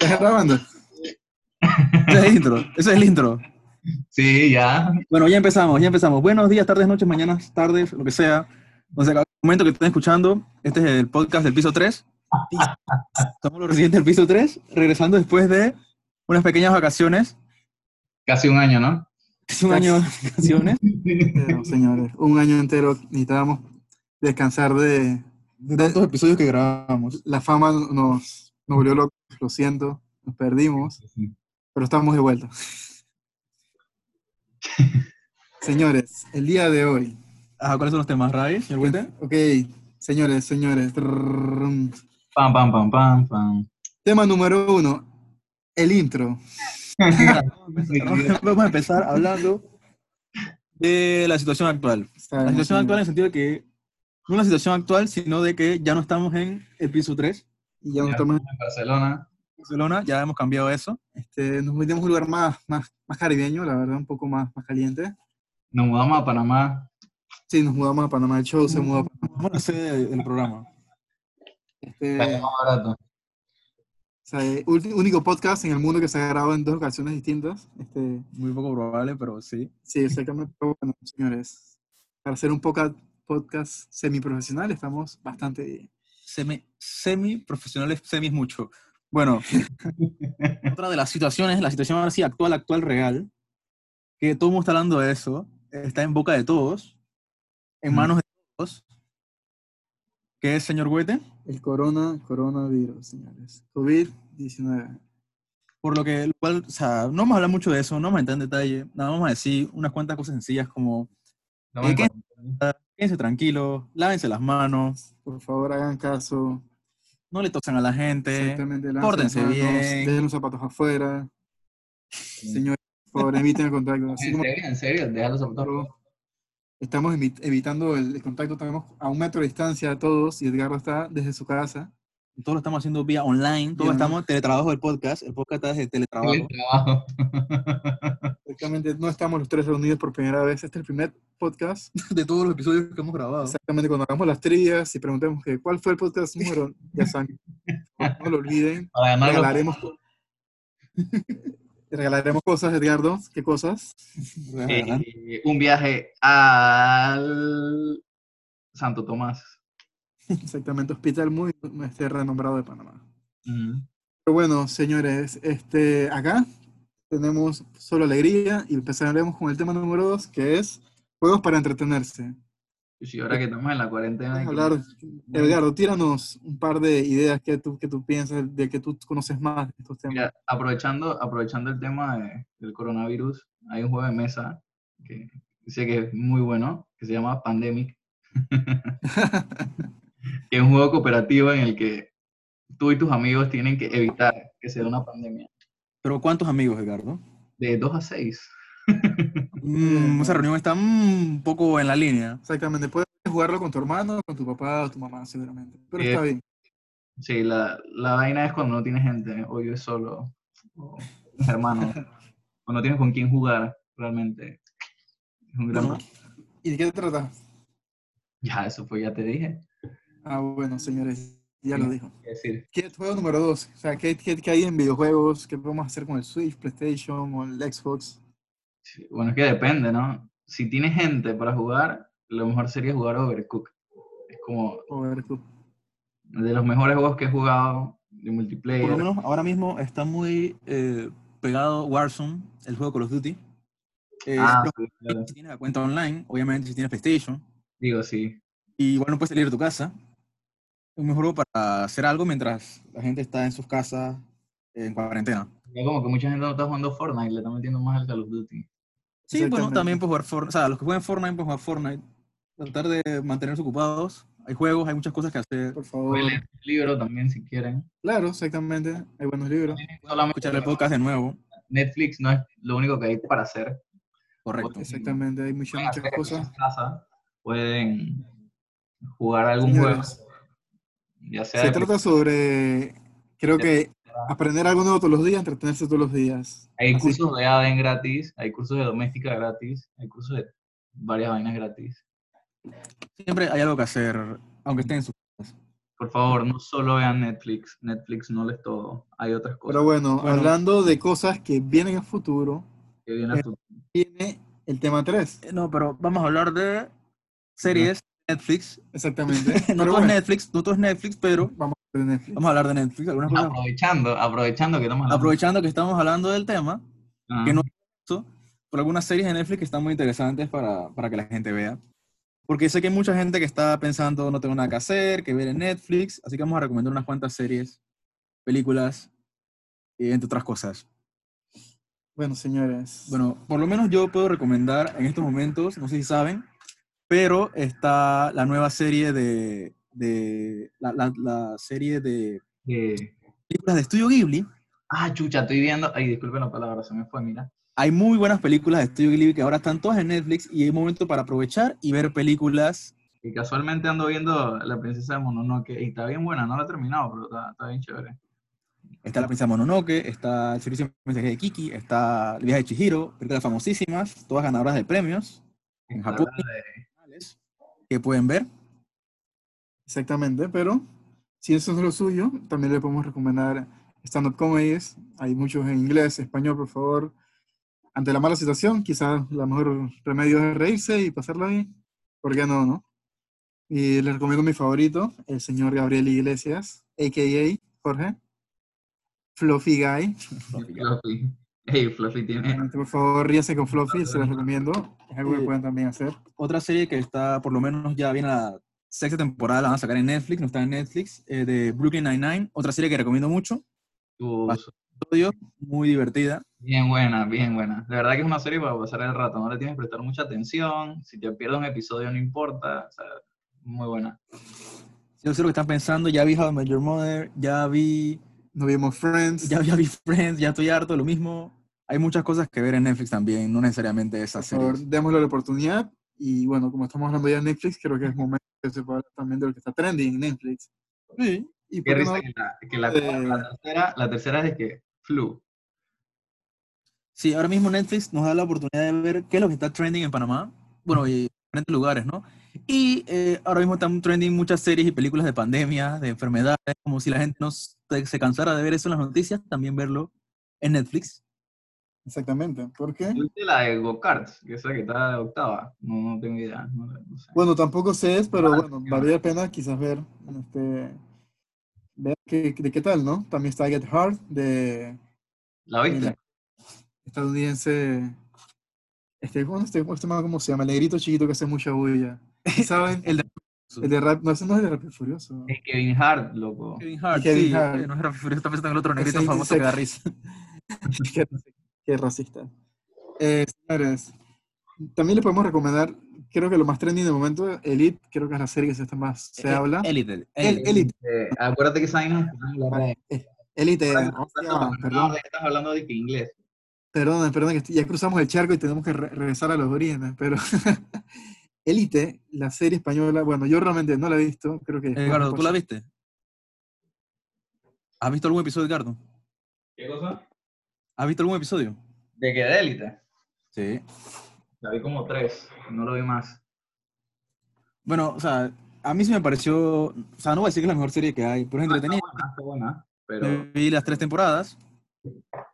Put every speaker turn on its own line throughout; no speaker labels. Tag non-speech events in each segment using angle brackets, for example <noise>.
¿Estás grabando? Ese es el intro. Ese es el intro.
Sí, ya.
Bueno, ya empezamos, ya empezamos. Buenos días, tardes, noches, mañanas, tardes, lo que sea. No sé, cada momento que estén escuchando, este es el podcast del piso 3. Somos los residentes del piso 3, regresando después de unas pequeñas vacaciones.
Casi un año, ¿no?
Es un año de vacaciones.
Pero, señores, un año entero necesitábamos descansar de...
De tantos episodios que grabamos.
La fama nos, nos volvió locos, lo siento, nos perdimos, pero estamos de vuelta. Señores, el día de hoy.
Ajá, ¿cuáles son los temas, Ray? señor Wilde?
Ok, señores, señores. trrrrrrrm.
Pam, pam, pam, pam, pam.
Tema número uno, el intro.
Vamos a empezar hablando de la situación actual. La situación actual en el sentido de que, no la situación actual, sino de que ya no estamos en el piso 3,
Y ya
Ya
nos, tomamos,
en Barcelona.
Barcelona, ya hemos cambiado eso.
este, nos metimos en un lugar más, más, más caribeño, la verdad, un poco más, más caliente.
Nos mudamos a Panamá.
Sí, nos mudamos a Panamá, el show se mudó a Panamá.
Vamos a hacer el programa.
Este,
Eh,
Está más barato.
O sea, eh, ulti- único podcast en el mundo que se ha grabado en dos ocasiones distintas. Este,
Muy poco probable, pero sí.
sí, exactamente. pero Bueno, señores, para hacer un poca- podcast semiprofesional estamos bastante bien.
Semi, semi profesionales, semi es mucho. Bueno, otra de las situaciones, la situación ahora sí actual, actual, real, que todo el mundo está hablando de eso, está en boca de todos, en
Mm.
manos de todos, que es, señor Huete,
El corona, coronavirus, señores. COVID-19.
por lo que, lo cual, o sea, no vamos a hablar mucho de eso, no vamos a entrar en detalle, nada, vamos a decir unas cuantas cosas sencillas como,
No me
¿Y qué?
encuentro.
quédense tranquilos, lávense las manos,
Por favor, hagan caso.
no le tosan a la gente,
Exactamente. lávense
pórtense
las manos,
bien.
Dejen los zapatos afuera. Señores, por favor, eviten el contacto. Así
<laughs>
En
como
serio, en serio, déjalo soltar.
estamos evi- evitando el, el contacto, estamos a un metro de distancia a todos y Edgardo está desde su casa.
todo lo estamos haciendo vía online, todo
Bien.
estamos teletrabajo del podcast, el podcast está desde teletrabajo.
Teletrabajo.
Exactamente, no estamos los tres reunidos por primera vez. Este es el primer podcast.
<laughs> de todos los episodios que hemos grabado.
Exactamente, cuando hagamos las trivias y preguntemos que, cuál fue el podcast número, ya saben, no lo
<laughs>
olviden.
<laughs> Para eh, ganarlo.
Regalaremos, te regalaremos cosas, Edgardo. ¿Qué cosas?
eh, un viaje al Santo Tomás.
Exactamente, hospital muy este, renombrado de Panamá.
Mm.
Pero bueno, señores, este, acá tenemos solo alegría y empezaremos con el tema número dos, que es juegos para entretenerse.
Y si
Eh,
ahora que estamos en la cuarentena. hay que-
Hablar, Edgardo, tíranos un par de ideas que tú, que tú piensas, de que tú conoces más de estos temas.
Mira, aprovechando, aprovechando el tema de- del coronavirus, hay un juego de mesa que dice que es muy bueno, que se llama Pandemic, que es un juego cooperativo en el que tú y tus amigos tienen que evitar que se dé una pandemia.
Pero ¿cuántos amigos, Edgardo?
De 2 a 6.
Mm, esa reunión está mm, un poco en la línea.
Exactamente, puedes jugarlo con tu hermano, con tu papá o tu mamá, seguramente. Pero
Sí.
está bien.
Sí, la, la vaina es cuando no tienes gente, o yo solo, o mis hermanos, o no tienes con quién jugar, realmente. Es un gran...
Bueno.
¿Y de qué trata?
Ya, eso fue, ya te dije.
Ah, bueno, señores, ya lo dijo.
Es decir,
¿Qué es juego número dos? O sea, ¿qué, qué, qué hay en videojuegos? ¿Qué podemos hacer con el Switch, PlayStation o el Xbox?
Sí, Bueno, es que depende, ¿no? Si tienes gente para jugar, lo mejor sería jugar Overcook. Es como
O ver tú.
de los mejores juegos que he jugado de
Por lo
multiplayer.
menos ahora mismo está muy eh, pegado Warzone, el juego Call of Duty. Eh,
Ah,
los-
sí, claro.
si tienes la cuenta online, obviamente si tienes PlayStation,
Digo, sí.
y igual no puedes salir de tu casa. Es un mejor juego para hacer algo mientras la gente está en sus casas eh, en cuarentena.
Ya como que mucha gente no está jugando Fortnite, le está metiendo más al Call of Duty.
Sí, bueno,
Exactamente.
también puedes jugar Fortnite. O sea, los que juegan Fortnite pueden jugar Fortnite. Tratar de mantenerse ocupados. Hay juegos, hay muchas cosas que hacer.
Por favor.
Pueden leer el libro también si quieren.
Claro, exactamente. Hay buenos libros.
Solamente
Escuchar el podcast de nuevo.
Netflix no es lo único que hay para hacer.
Correcto.
Exactamente, hay muchas,
Pueden
muchas
hacer cosas
cosas.
en casa, pueden jugar algún
Señores,
juego. Ya sea
Se
de
trata sobre, creo que, aprender algo nuevo todos los días, entretenerse todos los días.
Hay
Así-
cursos de ADN gratis, hay cursos de doméstica gratis, hay cursos de varias vainas gratis.
Siempre hay algo que hacer, aunque esté en su...
Por favor, no solo vean Netflix. Netflix no les todo. Hay otras cosas
Pero bueno,
Bueno.
hablando de cosas que vienen en futuro,
que vienen a tu...
viene el tema 3.
Eh, No, pero vamos a hablar de series Netflix.
Exactamente.
<laughs> No
Pero
todo es
bueno,
Netflix, no todo es Netflix, pero
vamos a ver Netflix.
vamos a hablar de Netflix. Algunas cosas.
Aprovechando, aprovechando que tomas
Aprovechando que estamos hablando del tema,
Ah,
que no esto, por algunas series de Netflix que están muy interesantes para, para que la gente vea. Porque sé que hay mucha gente que está pensando, no tengo nada que hacer, que ver en Netflix, así que vamos a recomendar unas cuantas series, películas, eh, entre otras cosas.
Bueno, señores.
Bueno, por lo menos yo puedo recomendar en estos momentos, no sé si saben, pero está la nueva serie de, de la, la- la serie de
que-
películas de Estudio Ghibli.
Ah, chucha, estoy viendo. Ay, disculpen la palabra, se me fue, mira.
Hay muy buenas películas de Estudio Ghibli que ahora están todas en Netflix y hay momento para aprovechar y ver películas.
Y casualmente ando viendo La Princesa de Mononoke. Y está bien buena, no la he terminado, pero está, está bien chévere.
Está La Princesa Mononoke, está El Servicio de Mensajería de Kiki, está El Viaje de Chihiro, películas famosísimas, todas ganadoras de premios en
Está
Japón,
la de-
que pueden ver.
Exactamente, pero si eso es lo suyo, también le podemos recomendar stand-up comedies. Hay muchos en inglés, español, por favor. Ante la mala situación, quizás la mejor remedio es reírse y pasarla bien. ¿Por qué no, no? Y les recomiendo mi favorito, el señor Gabriel Iglesias, a.k.a. Jorge. Fluffy Guy.
Fluffy. Hey, Fluffy
Ah,
tiene.
Por favor, ríase con Fluffy, se los recomiendo. Es algo que
Sí.
pueden también hacer.
otra serie que está, por lo menos ya viene la sexta temporada, la van a sacar en Netflix, no está en Netflix, eh, de Brooklyn Nine-Nine, otra serie que recomiendo mucho,
su-
Va.
su-
episodio, muy divertida.
Bien buena, bien buena. De verdad que es una serie para pasar el rato. No le tienes que prestar mucha atención. Si te pierdes un episodio, no importa. O sea, muy buena.
Yo sé lo que están pensando, ya vi How I Met Your Mother, ya vi,
Nos vimos Friends.
ya, ya vi Friends, ya estoy harto, de lo mismo. Hay muchas cosas que ver en Netflix también, no necesariamente esas
Por favor,
series.
démosle la oportunidad. Y bueno, como estamos hablando ya de Netflix, creo que es momento que se pueda hablar también de lo que está trending en Netflix.
Sí.
Y por
Qué
qué
risa
no-
que la, que la-
Eh.
la tercera, la tercera es que Flu.
Sí, ahora mismo Netflix nos da la oportunidad de ver qué es lo que está trending en Panamá, bueno, y en diferentes lugares, ¿no? Y eh, ahora mismo están trending muchas series y películas de pandemia, de enfermedades, como si la gente no se se cansara de ver eso en las noticias, también verlo en Netflix.
Exactamente, porque...
¿Viste la de Go-Karts? Que esa que está de octava. No, no tengo idea. No, no sé.
Bueno, tampoco sé es, pero
Ah,
bueno,
sí,
valdría la pena quizás ver, este, ver qué, de qué tal, ¿no? También está Get Hard, de
¿La viste?
mira, estadounidense... Este, bueno, este, este man, ¿cómo se llama? El negrito chiquito que hace mucha bulla. ¿Saben?
El de-
El de rap, no, ese no es el de Rápido y Furioso.
Es Kevin Hart, loco.
Kevin Hart,
Kevin
sí,
Hart.
eh, no me refiero, está pensando en el otro negrito
Ese-
famoso
ese-
que da risa.
<laughs> Qué, raci- qué racista. Eh, señores, también le podemos recomendar, creo que lo más trending de momento, Elite, creo que es la serie que se, está más, se
Eh,
habla.
Elite,
El-
Elite.
Elite.
Eh, acuérdate que esa vaina es la
eh, Elite. eh, hostia, perdón,
Estás hablando de que inglés.
perdón, perdón, que estoy- ya cruzamos el charco y tenemos que re- regresar a los orígenes, pero <laughs> Elite, la serie española, bueno, yo realmente no la he visto, creo que... después-
Eh, Edgardo, ¿tú la viste? ¿Has visto algún episodio, Edgardo?
¿Qué cosa?
¿Has visto algún episodio?
De que de élite.
Sí.
La vi como tres. No lo vi más.
Bueno, o sea, a mí sí me pareció, o sea, no voy a decir que es la mejor serie que hay, pero es
No,
Ah,
está
entretenida.
buena, Ah, está buena.
Me
Eh,
Pero
Eh, vi las tres temporadas,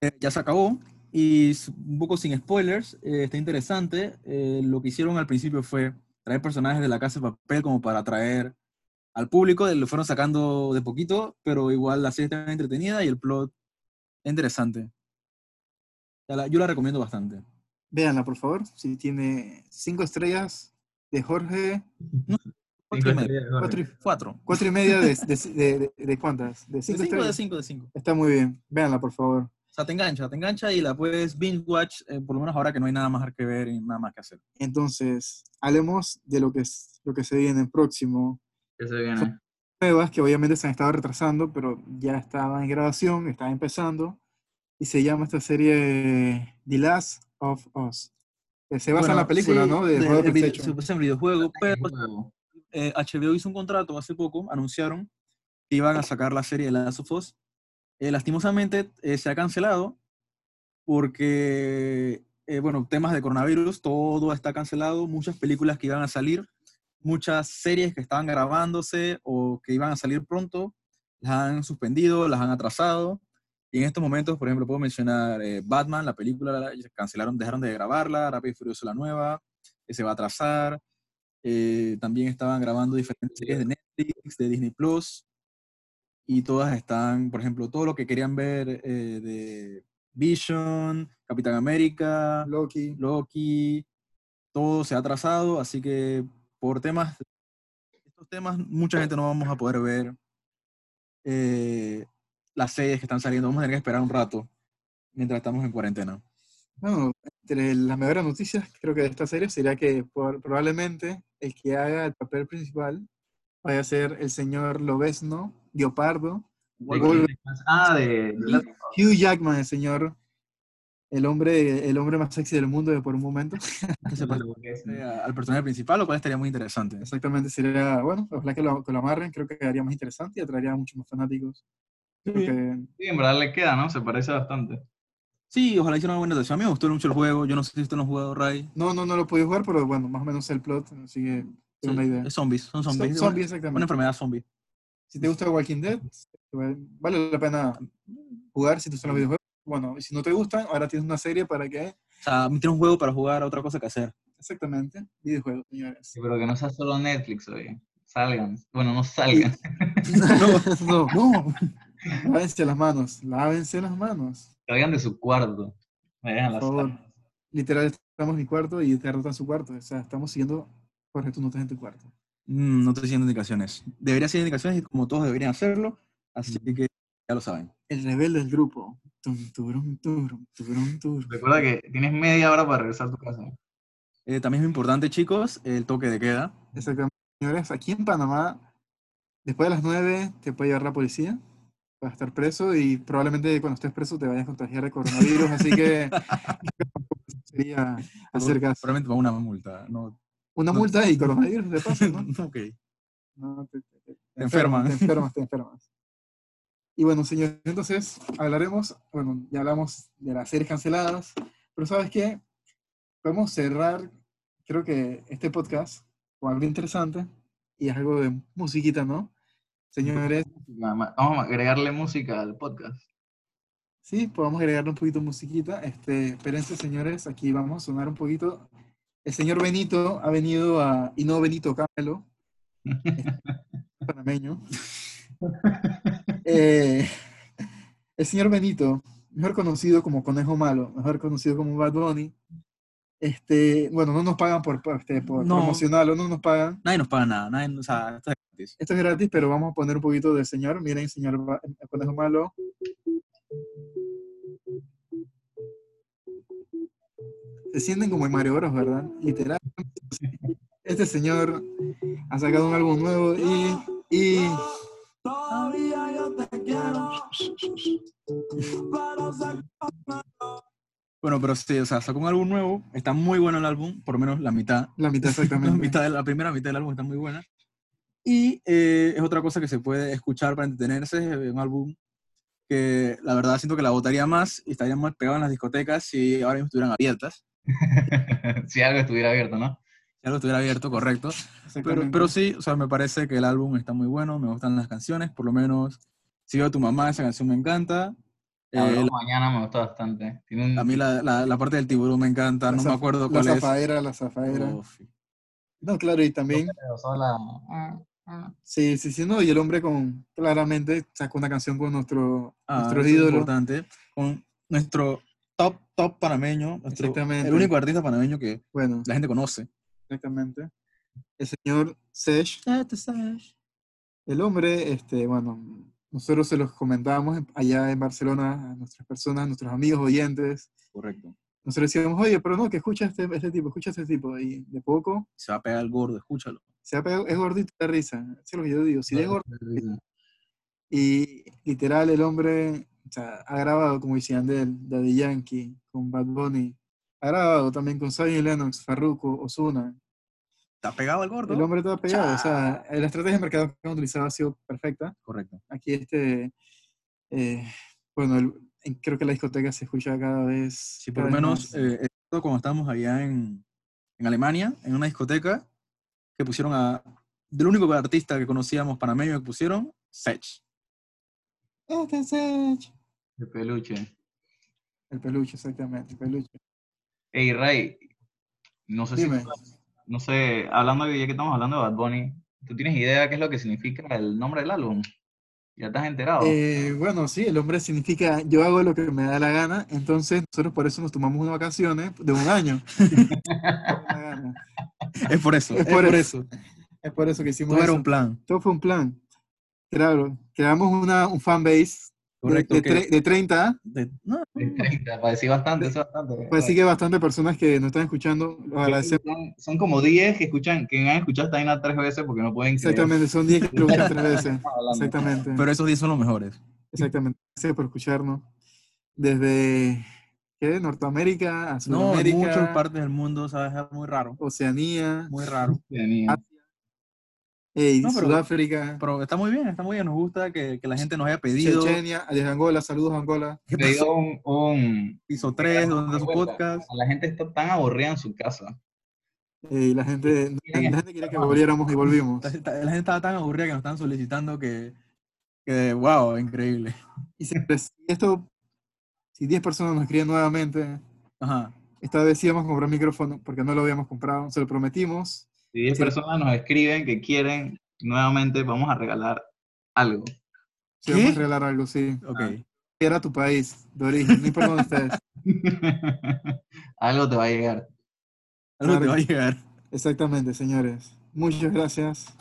eh, ya se acabó, y s- un poco sin spoilers, eh, está interesante. eh, lo que hicieron al principio fue traer personajes de la casa de papel como para atraer al público, eh, lo fueron sacando de poquito, pero igual la serie está entretenida y el plot es interesante. Ya la- Yo la recomiendo bastante.
Véanla, por favor, si tiene cinco estrellas de Jorge,
Cuatro y medio,
cuatro, y-
Cuatro.
cuatro y media de, de- de- de- de cuántas, de
De
cinco,
cinco, de
estrellas.
cinco, de cinco.
Está muy bien, véanla, por favor.
O sea, te engancha, te engancha y la puedes binge watch, eh, por lo menos ahora que no hay nada más que ver y nada más que hacer.
Entonces, hablemos de lo que, es, lo que se viene en próximo.
que se viene.
Nuevas que obviamente se han estado retrasando, pero ya estaba en grabación, estaba empezando. Y se llama esta serie The Last of Us. que se basa en la
Bueno,
película,
sí,
¿no? Del
del-
juego de
del video-
PlayStation.
se basa en videojuego, pero
Nuevo.
eh, HBO hizo un contrato hace poco, anunciaron que iban a sacar la serie de Last of Us. Eh, lastimosamente eh, se ha cancelado porque, eh, bueno, temas de coronavirus, todo está cancelado, muchas películas que iban a salir muchas series que estaban grabándose o que iban a salir pronto, las han suspendido, las han atrasado. Y en estos momentos, por ejemplo, puedo mencionar eh, Batman, la película, la cancelaron, dejaron de grabarla, Rápido y Furioso la nueva, que se va a atrasar. Eh, también estaban grabando diferentes series de Netflix, de Disney Plus, y todas están, por ejemplo, todo lo que querían ver eh, de Vision, Capitán América,
Loki.
Loki, todo se ha atrasado, así que por temas, estos temas, mucha gente no vamos a poder ver eh, las series que están saliendo, vamos a tener que esperar un rato mientras estamos en cuarentena.
Bueno, entre las mejores noticias creo que de esta serie sería que por- probablemente el que haga el papel principal vaya a ser el señor Lobesno, Diopardo,
De-
Wolverine.
ah, de, de-
Hugh Jackman, el señor, el hombre, el hombre más sexy del mundo de por un momento.
Que se parezca
Mm.
de-
Eh, al personaje principal, lo cual estaría muy interesante.
Exactamente, sería, bueno, ojalá que lo, que lo amarren, creo que quedaría más interesante y atraería a muchos más fanáticos. Creo que-
Sí, en verdad le queda, ¿no? Se parece bastante.
Sí, ojalá hicieran una buena adaptación. A mí me gustó mucho el juego. Yo no sé si usted no ha jugado Ray.
no, no, no lo pude jugar, pero bueno, más o menos el plot, así que tengo
Sí,
una idea.
es zombies, son
Son-
zombies.
zombies,
Una,
exactamente.
una enfermedad zombie.
si te gusta Walking Dead, vale vale la pena jugar si te gustan los videojuegos. Bueno, y si no te gustan, ahora tienes una serie para que...
O sea, tiene un juego para jugar, otra cosa que hacer.
Exactamente, videojuegos, señores.
<laughs>
Sí, pero que no sea solo Netflix, oye. Salgan. Bueno, no salgan. <laughs>
No, no. Lávense las manos, lávense las manos.
Salgan de su cuarto. Vayan a la
Por favor.
sala.
Literal, estamos en mi cuarto y te rotan su cuarto. O sea, estamos siguiendo... Jorge, tú no estás en tu cuarto.
Mm, no estoy diciendo indicaciones. Debería ser indicaciones y como todos deberían hacerlo. Así
Mm.
que ya lo saben.
El rebelde del grupo. Tum, turum, turum, turum, turum.
Recuerda que tienes media hora para regresar a tu casa.
Eh, también es importante, chicos, el toque de queda.
Exactamente. Señores, aquí en Panamá, después de las 9 te puede llevar la policía, vas a estar preso y probablemente cuando estés preso te vayas a contagiar de coronavirus, así que <laughs> sería hacer caso.
Probablemente va una multa. No,
Una
no-
multa y coronavirus de
<laughs>
paso, ¿no?
ok.
No, te, te- te- te
enferman.
Te enfermas, te enfermas. Y bueno, señores, entonces hablaremos, bueno, ya hablamos de las series canceladas, pero ¿sabes qué? Podemos cerrar, creo que este podcast con algo interesante y es algo de musiquita, ¿no? Señores,
Nada más. Vamos a agregarle música al podcast. <laughs>
sí, podemos agregarle un poquito de musiquita. Este, espérense, señores, aquí vamos a sonar un poquito. El señor Benito ha venido a, y no Benito Camelo, panameño. Eh, el señor Benito, mejor conocido como Conejo Malo, mejor conocido como Bad Bunny. Este, bueno, no nos pagan por, por, este, por
No.
promocionarlo, no nos pagan.
Nadie nos paga nada. Nadie, o sea, esto es gratis.
Esto es gratis, pero vamos a poner un poquito del señor. Miren, señor eh, Ba- Conejo Malo. Se sienten como en Mario Bros, ¿verdad? Literal. Este señor ha sacado un álbum nuevo y, y
Todavía yo te quiero. Pero sé
Bueno, pero sí, o sea, sacó un álbum nuevo. Está muy bueno el álbum, por lo menos la mitad.
la
<laughs>
mitad
La,
exactamente.
mitad de la primera mitad del álbum está muy buena. Y eh, es otra cosa que se puede escuchar para entretenerse, es un álbum que la verdad siento que la votaría más y estaría más pegado en las discotecas si ahora mismo estuvieran abiertas.
si algo estuviera abierto, ¿no?
Si algo estuviera abierto, correcto. Pero,
Exactamente.
pero sí, o sea, me parece que el álbum está muy bueno, me gustan las canciones, por lo menos Si veo a tu mamá, esa canción me encanta. Eh,
Hablamos mañana me gustó bastante. Tiene un,
la- a mí la, la- la parte del tiburón me encanta,
La
no me
zaf-
acuerdo
la
cuál es. Oh.
zafaera, la zafaera.
Uf.
No, claro, y también,
Ah,
sí, sí, sí, no, y el hombre con, claramente sacó una canción con nuestro,
Ah,
nuestro
eso es
ídolo.
importante. Con nuestro top, top panameño. nuestro-
Exactamente.
El único artista panameño que
Bueno,
la gente conoce.
exactamente. El señor Sesh, el hombre, este, bueno, nosotros se los comentábamos en- allá en Barcelona a nuestras personas, a nuestros amigos oyentes.
Correcto.
Nosotros decíamos, oye, pero no, que escucha este, este tipo, escucha este tipo. Y de poco,
Se va a pegar el gordo, escúchalo.
se ha pegado- es gordito de risa. Eso es lo que yo digo. Si es gordo, Y literal, el hombre o sea, ha grabado, como decían de él, Daddy Yankee, con Bad Bunny. Ha grabado también con Zion Lennox, Farruko, Ozuna.
Está pegado el gordo.
El hombre está pegado. O sea, la estrategia de mercado que han utilizado ha sido perfecta.
Correcto.
Aquí este... eh, bueno, el- en- creo que la discoteca se escucha cada vez...
Sí, por lo
cada vez
menos
más.
eh, esto cuando estábamos allá en, en Alemania, en una discoteca, que pusieron a. Del único artista que conocíamos panameño que pusieron, Sech. <laughs>
Ah,
Este es Sech.
de peluche.
El peluche, exactamente, el peluche.
Ey, Ray, no
Ah,
sé
Dime.
si, no sé, hablando de, ya que estamos hablando de Bad Bunny, ¿tú tienes idea de qué es lo que significa el nombre del álbum? ¿Ya te has enterado? <laughs>
Eh, bueno, sí, el hombre significa yo hago lo que me da la gana, entonces nosotros por eso nos tomamos unas vacaciones de
<laughs>
un año. <laughs> Una gana.
Es por eso.
Es por eso. Es por eso
Todo
que hicimos
era
eso.
un plan.
Todo fue un plan. Claro, creamos una, un fanbase de,
Correcto.
de
que-
tre- de 30,
de- no,
De 30, para decir bastante, eso es bastante.
pues sí que bastante personas que nos están escuchando, lo agradecemos.
Son, son como 10 que escuchan, que han escuchado esta vaina tres veces porque no pueden creer
Exactamente, son 10 que lo escuchan tres veces.
que estamos hablando.
Exactamente.
pero esos 10 son los mejores.
Exactamente. Gracias por escucharnos. Desde ¿qué? Norteamérica, a
No, en
Sudamérica,
muchas partes del mundo, ¿sabes? Es muy raro.
Oceanía,
Muy raro.
Ah,
Tenía.
ey,
No, pero-
Sudáfrica,
Pero está muy bien, está muy bien. Nos gusta que, que la gente nos haya pedido.
Chechenia, desde Angola, saludos Angola.
¿Qué
Te
pasó?
digo un, un-
Piso 3, donde está su
vuelta.
podcast.
La gente está tan aburrida en su casa.
Y la gente, la
Bien.
gente quería que volviéramos y
<laughs>
volvimos.
La gente la gente estaba tan aburrida que nos están solicitando que, que wow, increíble.
Y siempre, si esto, si 10 personas nos escriben nuevamente,
Ajá.
esta vez sí íbamos a comprar micrófono porque no lo habíamos comprado, se lo prometimos.
Si 10
Sí.
personas nos escriben que quieren, nuevamente vamos a regalar algo. <laughs>
Si
¿Qué?
vamos a regalar algo, sí.
Ok.
Era tu país de origen, no importa dónde estés.
algo te va a llegar.
Algo te
Claro.
va a llegar.
Exactamente, señores. Muchas gracias.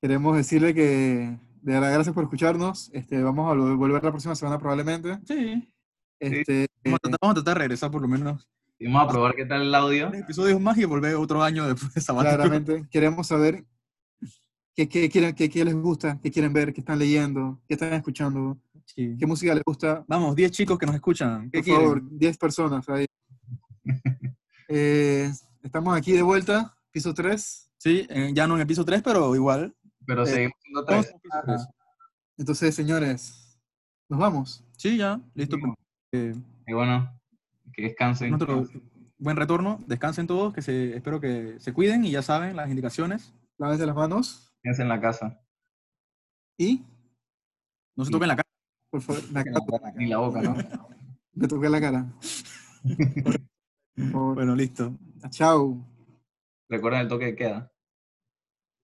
Queremos decirle que de verdad gracias por escucharnos. Este, vamos a vol- volver la próxima semana probablemente.
Sí.
Este,
Vamos a, tratar, vamos a tratar de regresar por lo menos
Y vamos a probar qué tal el audio.
tres episodios más y volver otro año después de sabático.
claramente queremos saber qué, qué quieren, qué, qué les gusta, qué quieren ver, qué están leyendo, qué están escuchando,
<laughs> Sí.
qué música les gusta.
Vamos, 10 chicos que nos escuchan. ¿Qué
Por
quieren?
favor, 10 personas
<laughs>
ahí. Eh, estamos aquí de vuelta, piso 3.
Sí, en- ya no en el piso 3, pero igual.
Pero
Eh,
seguimos siendo
Todos
tres.
en piso tres.
Entonces, señores, nos vamos.
Sí, ya, listo. Eh,
Y bueno, que descansen.
nuestro buen retorno. Descansen todos, que se, espero que se cuiden y ya saben las indicaciones.
Lávense las manos
Quédense en la casa.
y,
No se toquen la cara.
por favor, la cara.
Ni la boca, ¿no?
Me toqué la cara. Por favor.
Bueno, listo.
Chao.
<laughs> Recuerden el toque de queda.